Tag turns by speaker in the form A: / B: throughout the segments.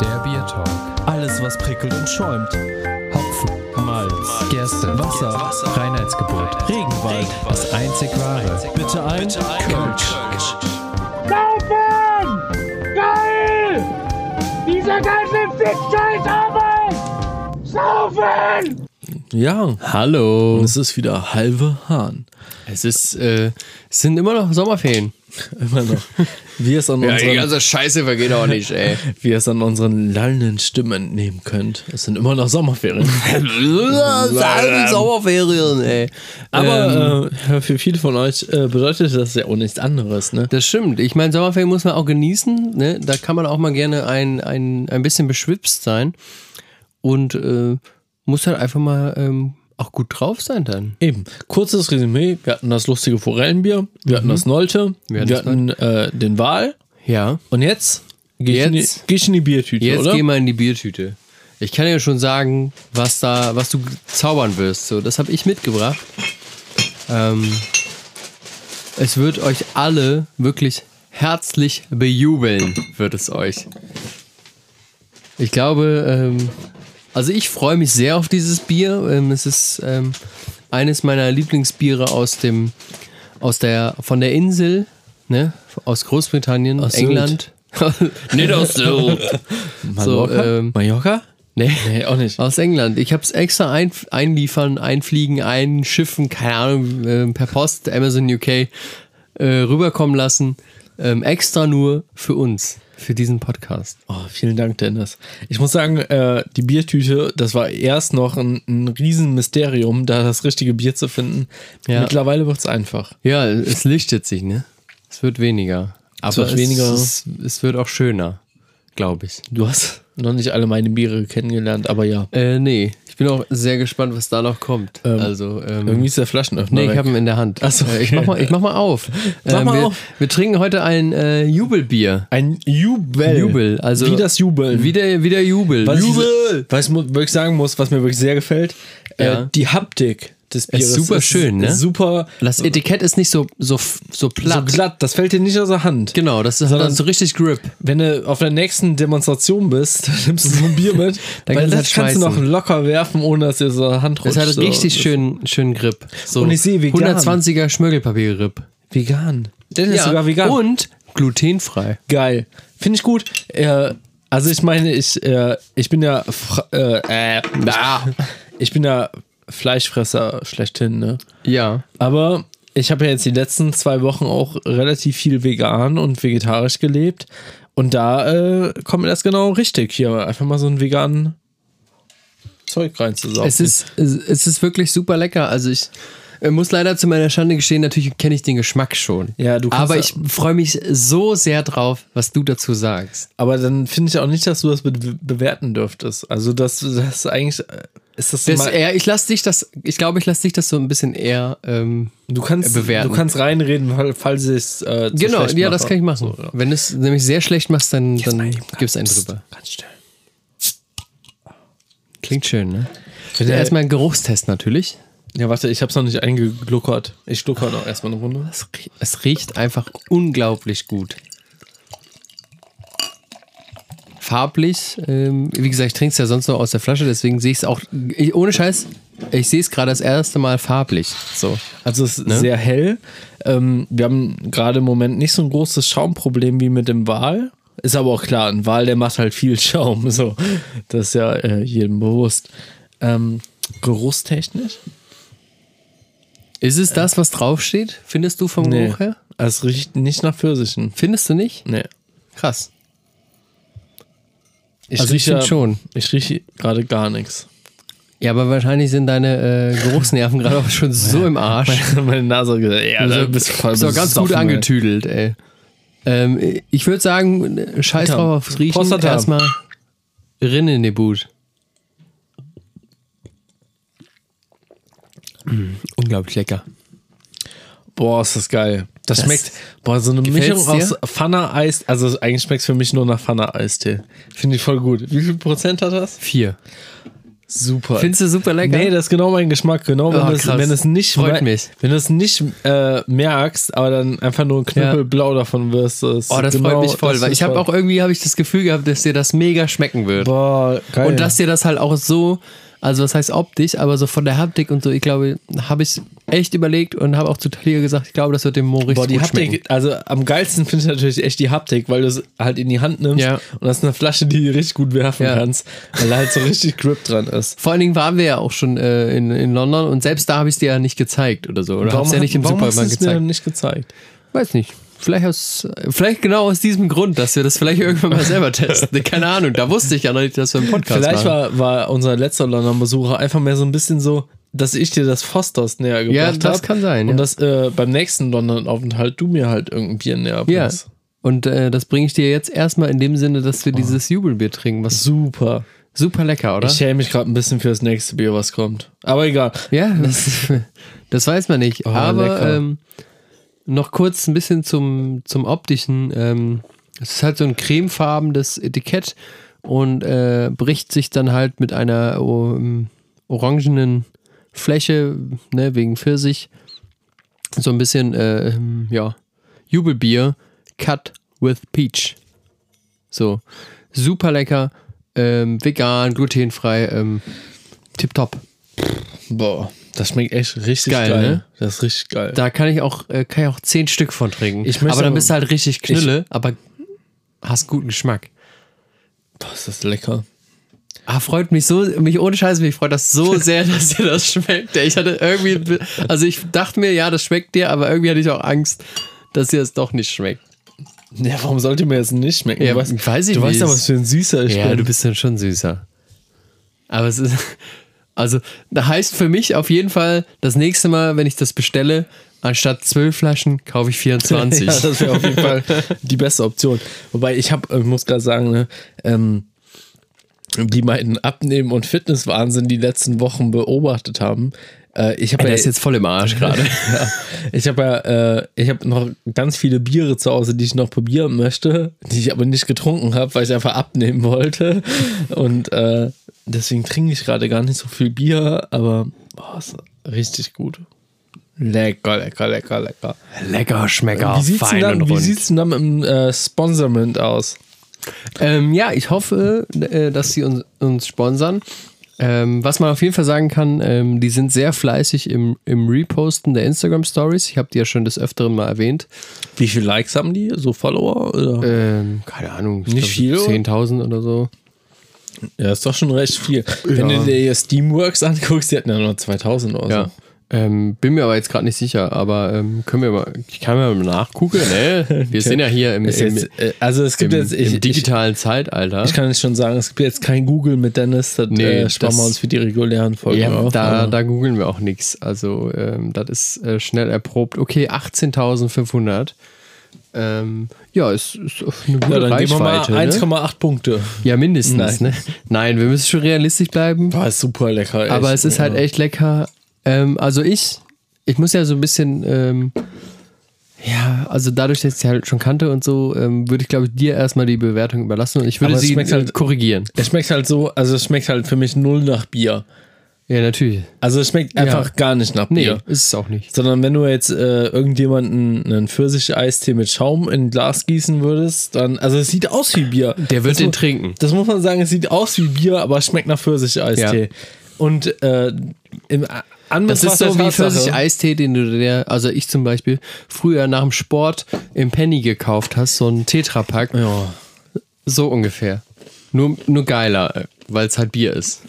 A: Der Biertalk.
B: Alles, was prickelt und schäumt.
A: Hopfen,
B: Malz,
A: Gerste,
B: Wasser,
A: Wasser, Reinheitsgebot.
B: Regenwald.
A: Das einzig wahre.
B: Bitte ein Kölsch.
C: Saufen! Geil! Diese ganze Fick-Scheiß-Arbeit! Saufen!
D: Ja,
E: Hallo.
D: es ist wieder halbe Hahn.
E: Es ist, äh, es sind immer noch Sommerferien.
D: Immer noch. Wie ihr es an, unseren,
E: also Scheiße vergeht auch nicht, ey.
D: wie ihr es an unseren lallenden Stimmen entnehmen könnt. Es sind immer noch Sommerferien.
E: Sommerferien, ey. Aber ähm,
D: Aber äh, für viele von euch äh, bedeutet das ja auch nichts anderes, ne?
E: das stimmt. Ich meine, Sommerferien muss man auch genießen. Ne? Da kann man auch mal gerne ein, ein, ein bisschen beschwipst sein. Und äh, muss halt einfach mal ähm, auch gut drauf sein dann.
D: Eben. Kurzes Resümee: Wir hatten das lustige Forellenbier, wir hatten das Nolte, Mhm. wir hatten,
E: hatten das
D: äh, den Wal.
E: Ja.
D: Und jetzt gehe ich, in die-
E: Jetzt-
D: geh ich in die Biertüte,
E: Jetzt
D: oder?
E: geh mal in die Biertüte. Ich kann ja schon sagen, was da, was du zaubern wirst. So, das habe ich mitgebracht. Ähm, es wird euch alle wirklich herzlich bejubeln, wird es euch. Ich glaube, ähm, also ich freue mich sehr auf dieses Bier. Ähm, es ist ähm, eines meiner Lieblingsbiere aus dem, aus der, von der Insel, ne, aus Großbritannien, aus
D: Sylt.
E: England. Nicht aus Sylt. So, ähm,
D: Mallorca?
E: nee.
D: Nee, auch nicht.
E: Aus England. Ich habe es extra ein, einliefern, einfliegen, einschiffen, keine Ahnung, ähm, per Post, Amazon UK äh, rüberkommen lassen. Ähm, extra nur für uns, für diesen Podcast.
D: Oh, vielen Dank, Dennis. Ich muss sagen, äh, die Biertüte, das war erst noch ein, ein Riesenmysterium, da das richtige Bier zu finden.
E: Ja.
D: Mittlerweile wird es einfach.
E: Ja, es lichtet sich, ne? Es wird weniger. Aber es,
D: wird weniger.
E: Es, es wird auch schöner, glaube ich.
D: Du hast noch nicht alle meine Biere kennengelernt, aber ja.
E: Äh, nee. Ich bin auch sehr gespannt, was da noch kommt.
D: Ähm,
E: also, ähm,
D: Irgendwie ist der Flaschenöffner.
E: Nee, ich
D: weg.
E: habe ihn in der Hand.
D: Ach so,
E: Äh, ich, mach mal, ich mach mal auf. Ähm,
D: Mach mal
E: wir,
D: auf.
E: wir trinken heute ein äh, Jubelbier.
D: ein Jubel.
E: Jubel, also-
D: wie das Jubeln.
E: Wieder, wieder Jubel.
D: was
E: Jubel.
D: Ich, was ich mu- wirklich sagen muss, was mir wirklich sehr gefällt,
E: Ja.
D: äh, die Haptik des Bieres
E: super schön, ne?
D: Super
E: Das Etikett ist nicht so, so, so
D: so
E: platt.
D: glatt. Das fällt dir nicht aus der Hand.
E: Genau, das ist hat
D: Sondern-
E: dann so richtig Grip.
D: Wenn du auf der nächsten Demonstration bist, dann nimmst du so ein Bier mit,
E: Dann
D: weil
E: kannst du
D: das
E: halt
D: kannst du noch
E: schmeißen.
D: locker werfen, ohne dass dir so eine Hand rutscht.
E: Es hat
D: so.
E: richtig schönen, schönen Grip. So
D: Und ich sehe vegan.
E: 120er Schmirgelpapier-Grip.
D: vegan. Das ist sogar vegan.
E: Und glutenfrei.
D: Geil. Finde ich gut. Äh, also ich meine, ich, äh, ich bin ja Fr- äh, äh, ah. ich bin ja Fleischfresser schlechthin, ne?
E: Ja.
D: Aber ich habe ja jetzt die letzten zwei Wochen auch relativ viel vegan und vegetarisch gelebt. Und da äh, kommt mir das genau richtig, hier einfach mal so ein veganen Zeug reinzusaugen.
E: Es ist, es es ist wirklich super lecker. Also ich äh, muss leider zu meiner Schande gestehen, natürlich kenne ich den Geschmack schon.
D: Ja, du kannst
E: Aber
D: ja-
E: ich freue mich so sehr drauf, was du dazu sagst.
D: Aber dann finde ich auch nicht, dass du das be bewerten dürftest. Also das, das ist eigentlich äh, ist das,
E: Das
D: mal-
E: eher, ich lasse dich das, ich glaube, ich lasse dich das so ein bisschen eher. Ähm,
D: du kannst
E: bewerten.
D: du kannst reinreden, fall- falls ich es äh, zu
E: genau,
D: schlecht
E: ja,
D: mache.
E: das kann ich machen. Wenn du es nämlich sehr schlecht machst, dann, dann
D: mal eben
E: gibst einen
D: Psst,
E: drüber.
D: Ganz still.
E: Klingt schön, ne?
D: Äh,
E: erstmal einen Geruchstest natürlich.
D: Ja, warte, ich hab's noch nicht eingegluckert. Ich schlucker noch erstmal eine Runde.
E: Es, rie- es riecht einfach unglaublich gut. Farblich, ähm, wie gesagt, ich trinke es ja sonst nur aus der Flasche, deswegen sehe ich es auch, ich, ohne Scheiß, ich sehe es gerade das erste Mal farblich. So.
D: Also es ist
E: Ne?
D: sehr hell. Ähm, wir haben gerade im Moment nicht so ein großes Schaumproblem wie mit dem Wal. Ist aber auch klar, ein Wal, der macht halt viel Schaum. So. Das ist ja äh, jedem bewusst. Ähm, geruchstechnisch?
E: Ist es das, was draufsteht? Findest du vom Geruch her?
D: Also Es riecht nicht nach Pfirsichen.
E: Findest du nicht?
D: Nee.
E: Krass.
D: Ich
E: Also ich
D: rieche-
E: find schon.
D: Ich rieche gerade gar nichts.
E: Ja, aber wahrscheinlich sind deine äh, Geruchsnerven gerade auch schon so im Arsch.
D: Meine Nase hat gesagt, ja,
E: Also
D: da Also, bist du voll
E: Ist doch ganz
D: besoffen,
E: gut
D: ey.
E: angetüdelt, ey. Ähm, ich würde sagen, äh, scheiß
D: Alter,
E: drauf aufs Riechen.
D: Prostata.
E: Erstmal Rinnen in den Boot. unglaublich lecker.
D: Boah, ist das geil. Das,
E: Das-
D: schmeckt, boah, so eine
E: Gefällt's
D: Mischung aus
E: dir?
D: Pfanne-Eis, also eigentlich schmeckt es für mich nur nach Pfanne-Eistee. Finde ich voll gut. Wie viel Prozent hat das?
E: Vier.
D: Super.
E: Findest du super lecker?
D: Nee, das ist genau mein Geschmack. Genau, wenn
E: Oh,
D: du es-
E: krass.
D: wenn du es nicht,
E: Freut
D: mei-
E: mich.
D: Wenn du es nicht äh, merkst, aber dann einfach nur ein Knüppel
E: Ja.
D: blau davon wirst. Ist
E: oh, das
D: genau
E: freut mich voll,
D: das,
E: weil
D: was
E: ich habe
D: man-
E: auch irgendwie habe ich das Gefühl gehabt, dass dir das mega schmecken wird.
D: Boah, geil.
E: Und dass dir das halt auch so, also was heißt optisch, aber so von der Haptik und so, ich glaube, habe ich echt überlegt und habe auch zu Talia gesagt, ich glaube, das wird dem Mo richtig
D: Boah, die
E: gut
D: Haptik,
E: schmecken.
D: also am geilsten finde ich natürlich echt die Haptik, weil du es halt in die Hand nimmst
E: Ja.
D: und das ist eine Flasche, die du richtig gut werfen
E: Ja.
D: kannst, weil da halt so richtig Grip dran ist.
E: Vor allen Dingen waren wir ja auch schon äh, in, in London und selbst da habe ich es dir ja nicht gezeigt oder so. Oder habe es ja
D: hat-
E: nicht im
D: warum hast du
E: Supermarkt
D: es mir
E: gezeigt.
D: denn nicht gezeigt?
E: Weiß nicht. Vielleicht, aus, vielleicht genau aus diesem Grund, dass wir das vielleicht irgendwann mal selber testen. Nee, Keine Ahnung, da wusste ich ja noch nicht, dass wir einen Podcast
D: Vielleicht
E: machen.
D: war, war unser letzter London-Besucher einfach mehr so ein bisschen so, dass ich dir das Fosters näher gebracht
E: Ja,
D: habe.
E: das kann sein,
D: Und
E: ja.
D: dass äh, beim nächsten London-Aufenthalt du mir halt irgendein Bier näher
E: Ja.
D: bringst.
E: Und äh, das bringe ich dir jetzt erstmal in dem Sinne, dass wir dieses Jubelbier trinken, was
D: Super.
E: super lecker, oder?
D: Ich schäme mich gerade ein bisschen für das nächste Bier, was kommt. Aber egal.
E: Ja, das, das weiß man nicht. Aber
D: lecker.
E: ähm, noch kurz ein bisschen zum, zum optischen. Ähm, es ist halt so ein cremefarbenes Etikett und äh, bricht sich dann halt mit einer ähm, orangenen Fläche, ne, wegen Pfirsich, so ein bisschen, äh, ähm, ja, Jubelbier, Cut with Peach. So, super lecker, ähm, vegan, glutenfrei, ähm, tipptopp.
D: Boah, das schmeckt echt richtig
E: Geil,
D: geil.
E: ne?
D: Das ist richtig geil.
E: Da kann ich auch, äh, kann ich auch zehn Stück von trinken.
D: Ich möchte
E: aber dann
D: aber-
E: bist du halt richtig Knülle, aber hast guten Geschmack.
D: Boah, ist das lecker.
E: Ah, freut mich so, mich ohne Scheiße, mich freut das so sehr, dass dir das schmeckt. Ich hatte irgendwie, also ich dachte mir, ja, das schmeckt dir, aber irgendwie hatte ich auch Angst, dass dir das doch nicht schmeckt.
D: Ja, warum sollte mir das nicht schmecken?
E: Ja,
D: du weißt,
E: weiß ich
D: du
E: nicht.
D: weißt ja, was für ein Süßer ich bin.
E: bist dann schon süßer. Aber es ist, also, das heißt für mich auf jeden Fall, das nächste Mal, wenn ich das bestelle, anstatt zwölf Flaschen, kaufe ich 24.
D: Ja, das wäre auf jeden Fall die beste Option. Wobei ich habe, ich muss gerade sagen, ne, ähm, die meinten Abnehmen und Fitnesswahnsinn die letzten Wochen beobachtet haben. Äh, ich habe
E: Ey,
D: ja,
E: der ist jetzt voll im Arsch gerade.
D: ja, ich habe ja, äh, ich habe noch ganz viele Biere zu Hause, die ich noch probieren möchte, die ich aber nicht getrunken habe, weil ich einfach abnehmen wollte. Und äh, deswegen trinke ich gerade gar nicht so viel Bier, aber boah, ist richtig gut. Lecker, lecker, lecker, lecker.
E: Lecker, Schmecker,
D: Wie sieht's, denn dann, wie sieht's denn dann mit dem äh, Sponsorment aus?
E: Ähm, ja, ich hoffe, äh, dass sie uns, uns sponsern. Ähm, was man auf jeden Fall sagen kann, ähm, die sind sehr fleißig im, im Reposten der Instagram Stories. Ich habe die ja schon des Öfteren mal erwähnt.
D: Wie viele Likes haben die? So Follower? Oder?
E: Ähm, keine Ahnung, ich
D: Nicht
E: glaub, so
D: viel,
E: 10.000 oder so.
D: ja, ist doch schon recht viel. Wenn du dir Steamworks anguckst, die hatten ja nur 2000 oder
E: Ja. Ähm, bin mir aber jetzt gerade nicht sicher, aber ähm, können wir mal, ich kann mal nachgucken, ne? Wir sind ja hier im,
D: Ist
E: im,
D: jetzt, äh, also es
E: im,
D: gibt jetzt, ich,
E: im digitalen Zeitalter.
D: ich, ich kann jetzt schon sagen, es gibt jetzt kein Google mit Dennis, das
E: Nee,
D: äh, sparen wir
E: das-
D: uns für die regulären Folgen
E: Ja,
D: auf.
E: da,
D: aber-
E: da googeln wir auch nichts. Also, ähm, das ist äh, schnell erprobt. Okay, 18.500. Ähm, ja, ist, ist eine gute
D: ja, dann geben wir mal
E: Reichweite. ne?
D: 1,8 Punkte.
E: Ja, mindestens. Nein. Ne? Nein, wir müssen schon realistisch bleiben.
D: War super lecker.
E: Aber es ist halt echt lecker. Ähm, also, ich, ich muss ja so ein bisschen. Ähm, ja, also dadurch, dass ich sie halt schon kannte und so, ähm, würde ich glaube ich dir erstmal die Bewertung überlassen und ich würde
D: Aber es
E: sie
D: schmeckt
E: halt
D: halt-
E: korrigieren.
D: Es schmeckt halt so, also es schmeckt halt für mich null nach Bier.
E: Ja, natürlich.
D: Also es schmeckt einfach gar nicht nach
E: Nee,
D: Bier.
E: ist es auch nicht.
D: Sondern wenn du jetzt äh, irgendjemanden einen Pfirsich-Eistee mit Schaum in ein Glas gießen würdest, dann, also es sieht aus wie Bier.
E: Der wird
D: das
E: den
D: mu-
E: trinken.
D: Das muss man sagen, es sieht aus wie Bier, aber es schmeckt nach Pfirsich-Eistee.
E: Ja.
D: Und äh, im A-
E: Das
D: Anbetracht
E: ist so
D: der
E: wie
D: Tatsache-
E: Pfirsich-Eistee, den du dir, also ich zum Beispiel, früher nach dem Sport im Penny gekauft hast, so ein Tetrapack.
D: Ja.
E: So ungefähr. Nur, nur geiler, weil es halt Bier ist.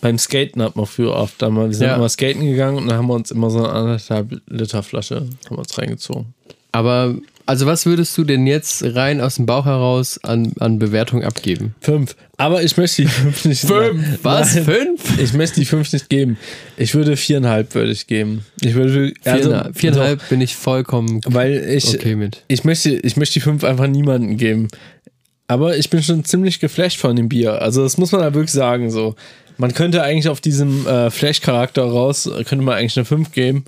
D: Beim Skaten hat man früher oft einmal, wir sind
E: Ja.
D: immer skaten gegangen und dann haben wir uns immer so eine anderthalb Liter Flasche haben wir uns reingezogen.
E: Aber, also was würdest du denn jetzt rein aus dem Bauch heraus an, an Bewertung abgeben?
D: Fünf. Aber ich möchte die fünf nicht. Nein.
E: Was?
D: Nein.
E: Fünf?
D: Ich möchte die fünf nicht geben. Ich würde viereinhalb würde ich geben. Ich würde also,
E: Viereinhalb, viereinhalb bin ich vollkommen
D: doch, weil ich
E: okay mit.
D: ich möchte ich möchte die fünf einfach niemandem geben. Aber ich bin schon ziemlich geflasht von dem Bier. Also das muss man da wirklich sagen so. äh, Man könnte eigentlich auf diesem äh, Flash-Charakter raus könnte man eigentlich eine 5 geben.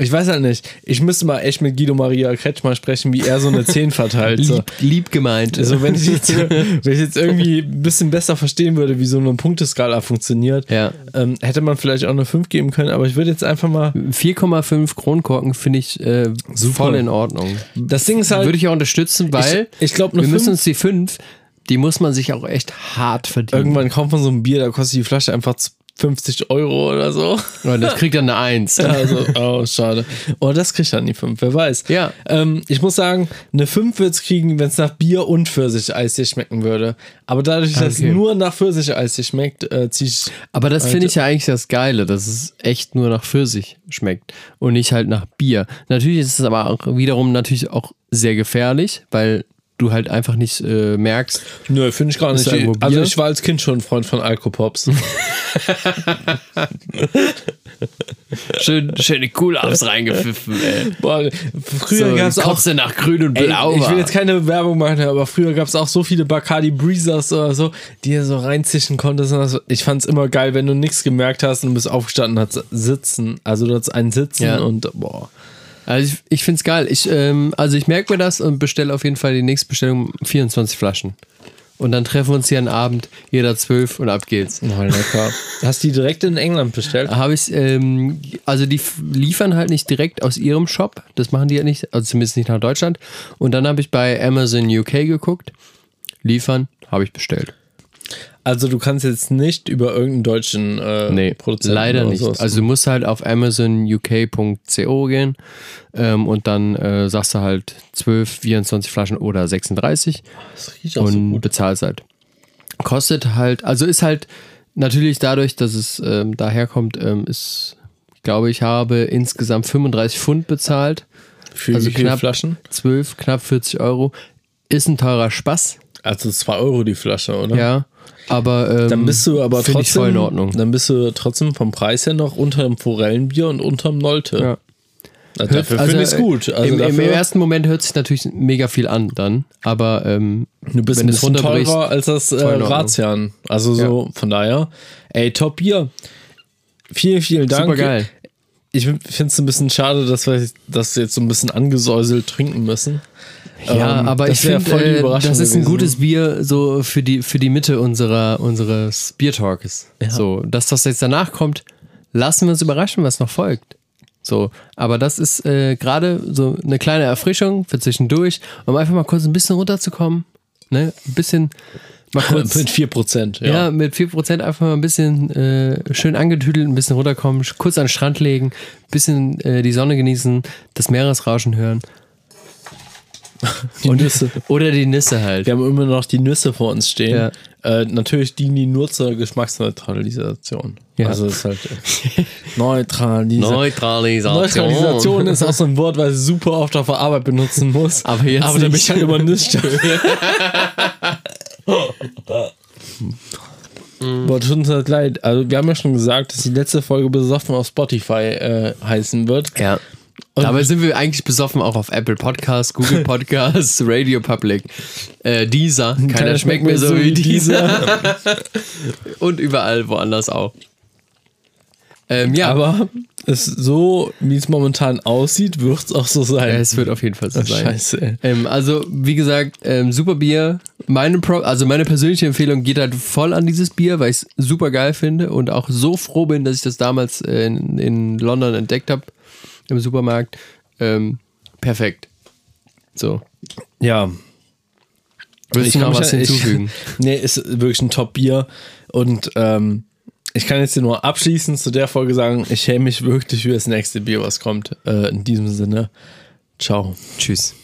D: Ich weiß halt nicht. Ich müsste mal echt mit Guido Maria Kretschmer sprechen, wie er so eine 10 verteilt. So.
E: Lieb, lieb gemeint.
D: Also wenn ich, jetzt, wenn ich jetzt irgendwie ein bisschen besser verstehen würde, wie so eine Punkteskala funktioniert,
E: Ja.
D: ähm, hätte man vielleicht auch eine 5 geben können, aber ich würde jetzt einfach mal.
E: 4,5 Kronkorken finde ich äh, voll in Ordnung.
D: Das Ding ist halt.
E: Würde ich auch unterstützen, weil
D: ich glaub, eine
E: wir müssen
D: fünf-
E: uns die 5, die muss man sich auch echt hart verdienen.
D: irgendwann kauft man so ein Bier, da kostet die Flasche einfach 50 Euro oder so.
E: Und das kriegt dann eine 1.
D: Also, oh, schade. Oh, das kriegt dann die 5, wer weiß.
E: Ja.
D: Ähm, ich muss sagen, eine 5 würde es kriegen, wenn es nach Bier und Pfirsicheis hier schmecken würde. Aber dadurch, dass es
E: Okay.
D: nur nach Pfirsicheis hier schmeckt, äh, ziehe ich.
E: Aber das finde ich ja eigentlich das Geile, dass es echt nur nach Pfirsich schmeckt und nicht halt nach Bier. Natürlich ist es aber auch wiederum natürlich auch sehr gefährlich, weil du halt einfach nicht äh, merkst.
D: Nö, finde ich gar
E: Ist
D: nicht.
E: da irgendwo
D: Also,
E: Bier?
D: ich war als Kind schon ein Freund von Alkopops.
E: Schön, schöne Cool-Ups reingepfiffen, ey.
D: Boah, früher
E: So,
D: gab es auch.
E: Kotze nach grün und
D: Ey,
E: blau.
D: ich will
E: war.
D: jetzt keine Werbung machen, aber früher gab es auch so viele Bacardi Breezers oder so, die du so reinzischen konntest. Und das, ich fand's immer geil, wenn du nichts gemerkt hast und bist aufgestanden hast sitzen. Also du hattest einen Sitzen
E: Ja.
D: und boah.
E: Also ich, ich find's geil. Ich, ähm, also ich merke mir das und bestelle auf jeden Fall die nächste Bestellung 24 Flaschen. Und dann treffen wir uns hier am Abend, jeder zwölf und ab geht's.
D: Na, lecker. Hast die direkt in England bestellt?
E: Habe ich, ähm, also die f- liefern halt nicht direkt aus ihrem Shop, das machen die ja nicht, also zumindest nicht nach Deutschland. Und dann habe ich bei Amazon UK geguckt, liefern, habe ich bestellt.
D: Also du kannst jetzt nicht über irgendeinen deutschen äh, Produzenten
E: leider
D: oder
E: nicht.
D: sowas- ne?
E: Also du musst halt auf amazonuk.co gehen ähm, und dann äh, sagst du halt 12, 24 Flaschen oder 36
D: das riecht auch so
E: und
D: gut.
E: bezahlst halt. Kostet halt, also ist halt natürlich dadurch, dass es ähm, daherkommt, ähm, ist, ich glaube, ich habe insgesamt 35 Pfund bezahlt,
D: Für
E: also
D: also wie viele
E: knapp-
D: Flaschen?
E: 12, knapp 40 Euro. Ist ein teurer Spaß,
D: Also 2 Euro die Flasche, oder?
E: ja. Aber ähm,
D: Dann bist du aber
E: finde
D: trotzdem
E: ich voll in Ordnung.
D: Dann bist du trotzdem vom Preis her noch unter dem Forellenbier und unterm Nolte.
E: Ja.
D: Also dafür
E: also,
D: finde ich es gut. Also
E: im, Im
D: dafür,
E: ersten Moment hört sich natürlich mega viel an dann, aber ähm,
D: du bist
E: wenn
D: ein
E: es
D: bisschen
E: runterbricht,
D: teurer als das äh,
E: voll in Ordnung.
D: Ratsherrn. Also so von daher, ey, top Bier. Vielen, vielen Dank.
E: super geil.
D: Ich finde es ein bisschen schade, dass wir das jetzt so ein bisschen angesäuselt trinken müssen.
E: Ja,
D: Ähm,
E: aber
D: das
E: ich
D: wär
E: finde,
D: voll die
E: äh,
D: Überraschung
E: das ist ein
D: gewesen.
E: gutes Bier so für die, für die Mitte unserer, unseres Biertalkes. So, dass das jetzt danach kommt, lassen wir uns überraschen, was noch folgt. So, aber das ist äh, gerade so eine kleine Erfrischung für zwischendurch, um einfach mal kurz ein bisschen runterzukommen. Ne? Ein bisschen mal kurz.
D: Mit 4%.
E: ja. mit 4% einfach mal ein bisschen äh, schön angetüdelt, ein bisschen runterkommen, sch- kurz an den Strand legen, ein bisschen äh, die Sonne genießen, das Meeresrauschen hören.
D: Die Nüsse.
E: Oder die Nisse halt.
D: Wir haben immer noch die Nüsse vor uns stehen.
E: Ja.
D: Äh, natürlich dienen die nur zur Geschmacksneutralisation.
E: Ja.
D: Also es ist halt äh, Neutralisation.
E: Neutralisation.
D: Neutralisation ist auch so ein Wort, was ich super oft auf der Arbeit benutzen muss.
E: Aber jetzt
D: Aber da bin ich
E: nicht.
D: halt immer nüchtern. Boah, tut uns halt leid. Also, wir haben ja schon gesagt, dass die letzte Folge besoffen auf Spotify äh, heißen wird.
E: Ja. Dabei sind wir eigentlich besoffen auch auf Apple Podcasts, Google Podcasts, Radio Public, äh, dieser, keiner, schmeckt mir so wie dieser und überall woanders auch. Ähm, ja,
D: Aber es, so, wie es momentan aussieht, wird es auch so sein.
E: es wird auf jeden Fall so sein.
D: Scheiße, ey.
E: Ähm, also, wie gesagt, ähm, super Bier. Meine Pro also meine persönliche Empfehlung geht halt voll an dieses Bier, weil ich es super geil finde und auch so froh bin, dass ich das damals äh, in, in London entdeckt habe im Supermarkt. Ähm, perfekt. So.
D: Ja.
E: Willst du
D: kann
E: noch
D: mich
E: was
D: an- ich-
E: hinzufügen?
D: Hm. nee, ist wirklich ein Top-Bier. Und ähm, ich kann jetzt hier nur abschließend zu der Folge sagen, ich schäme mich wirklich für das nächste Bier, was kommt. Äh, in diesem Sinne, ciao.
E: Tschüss.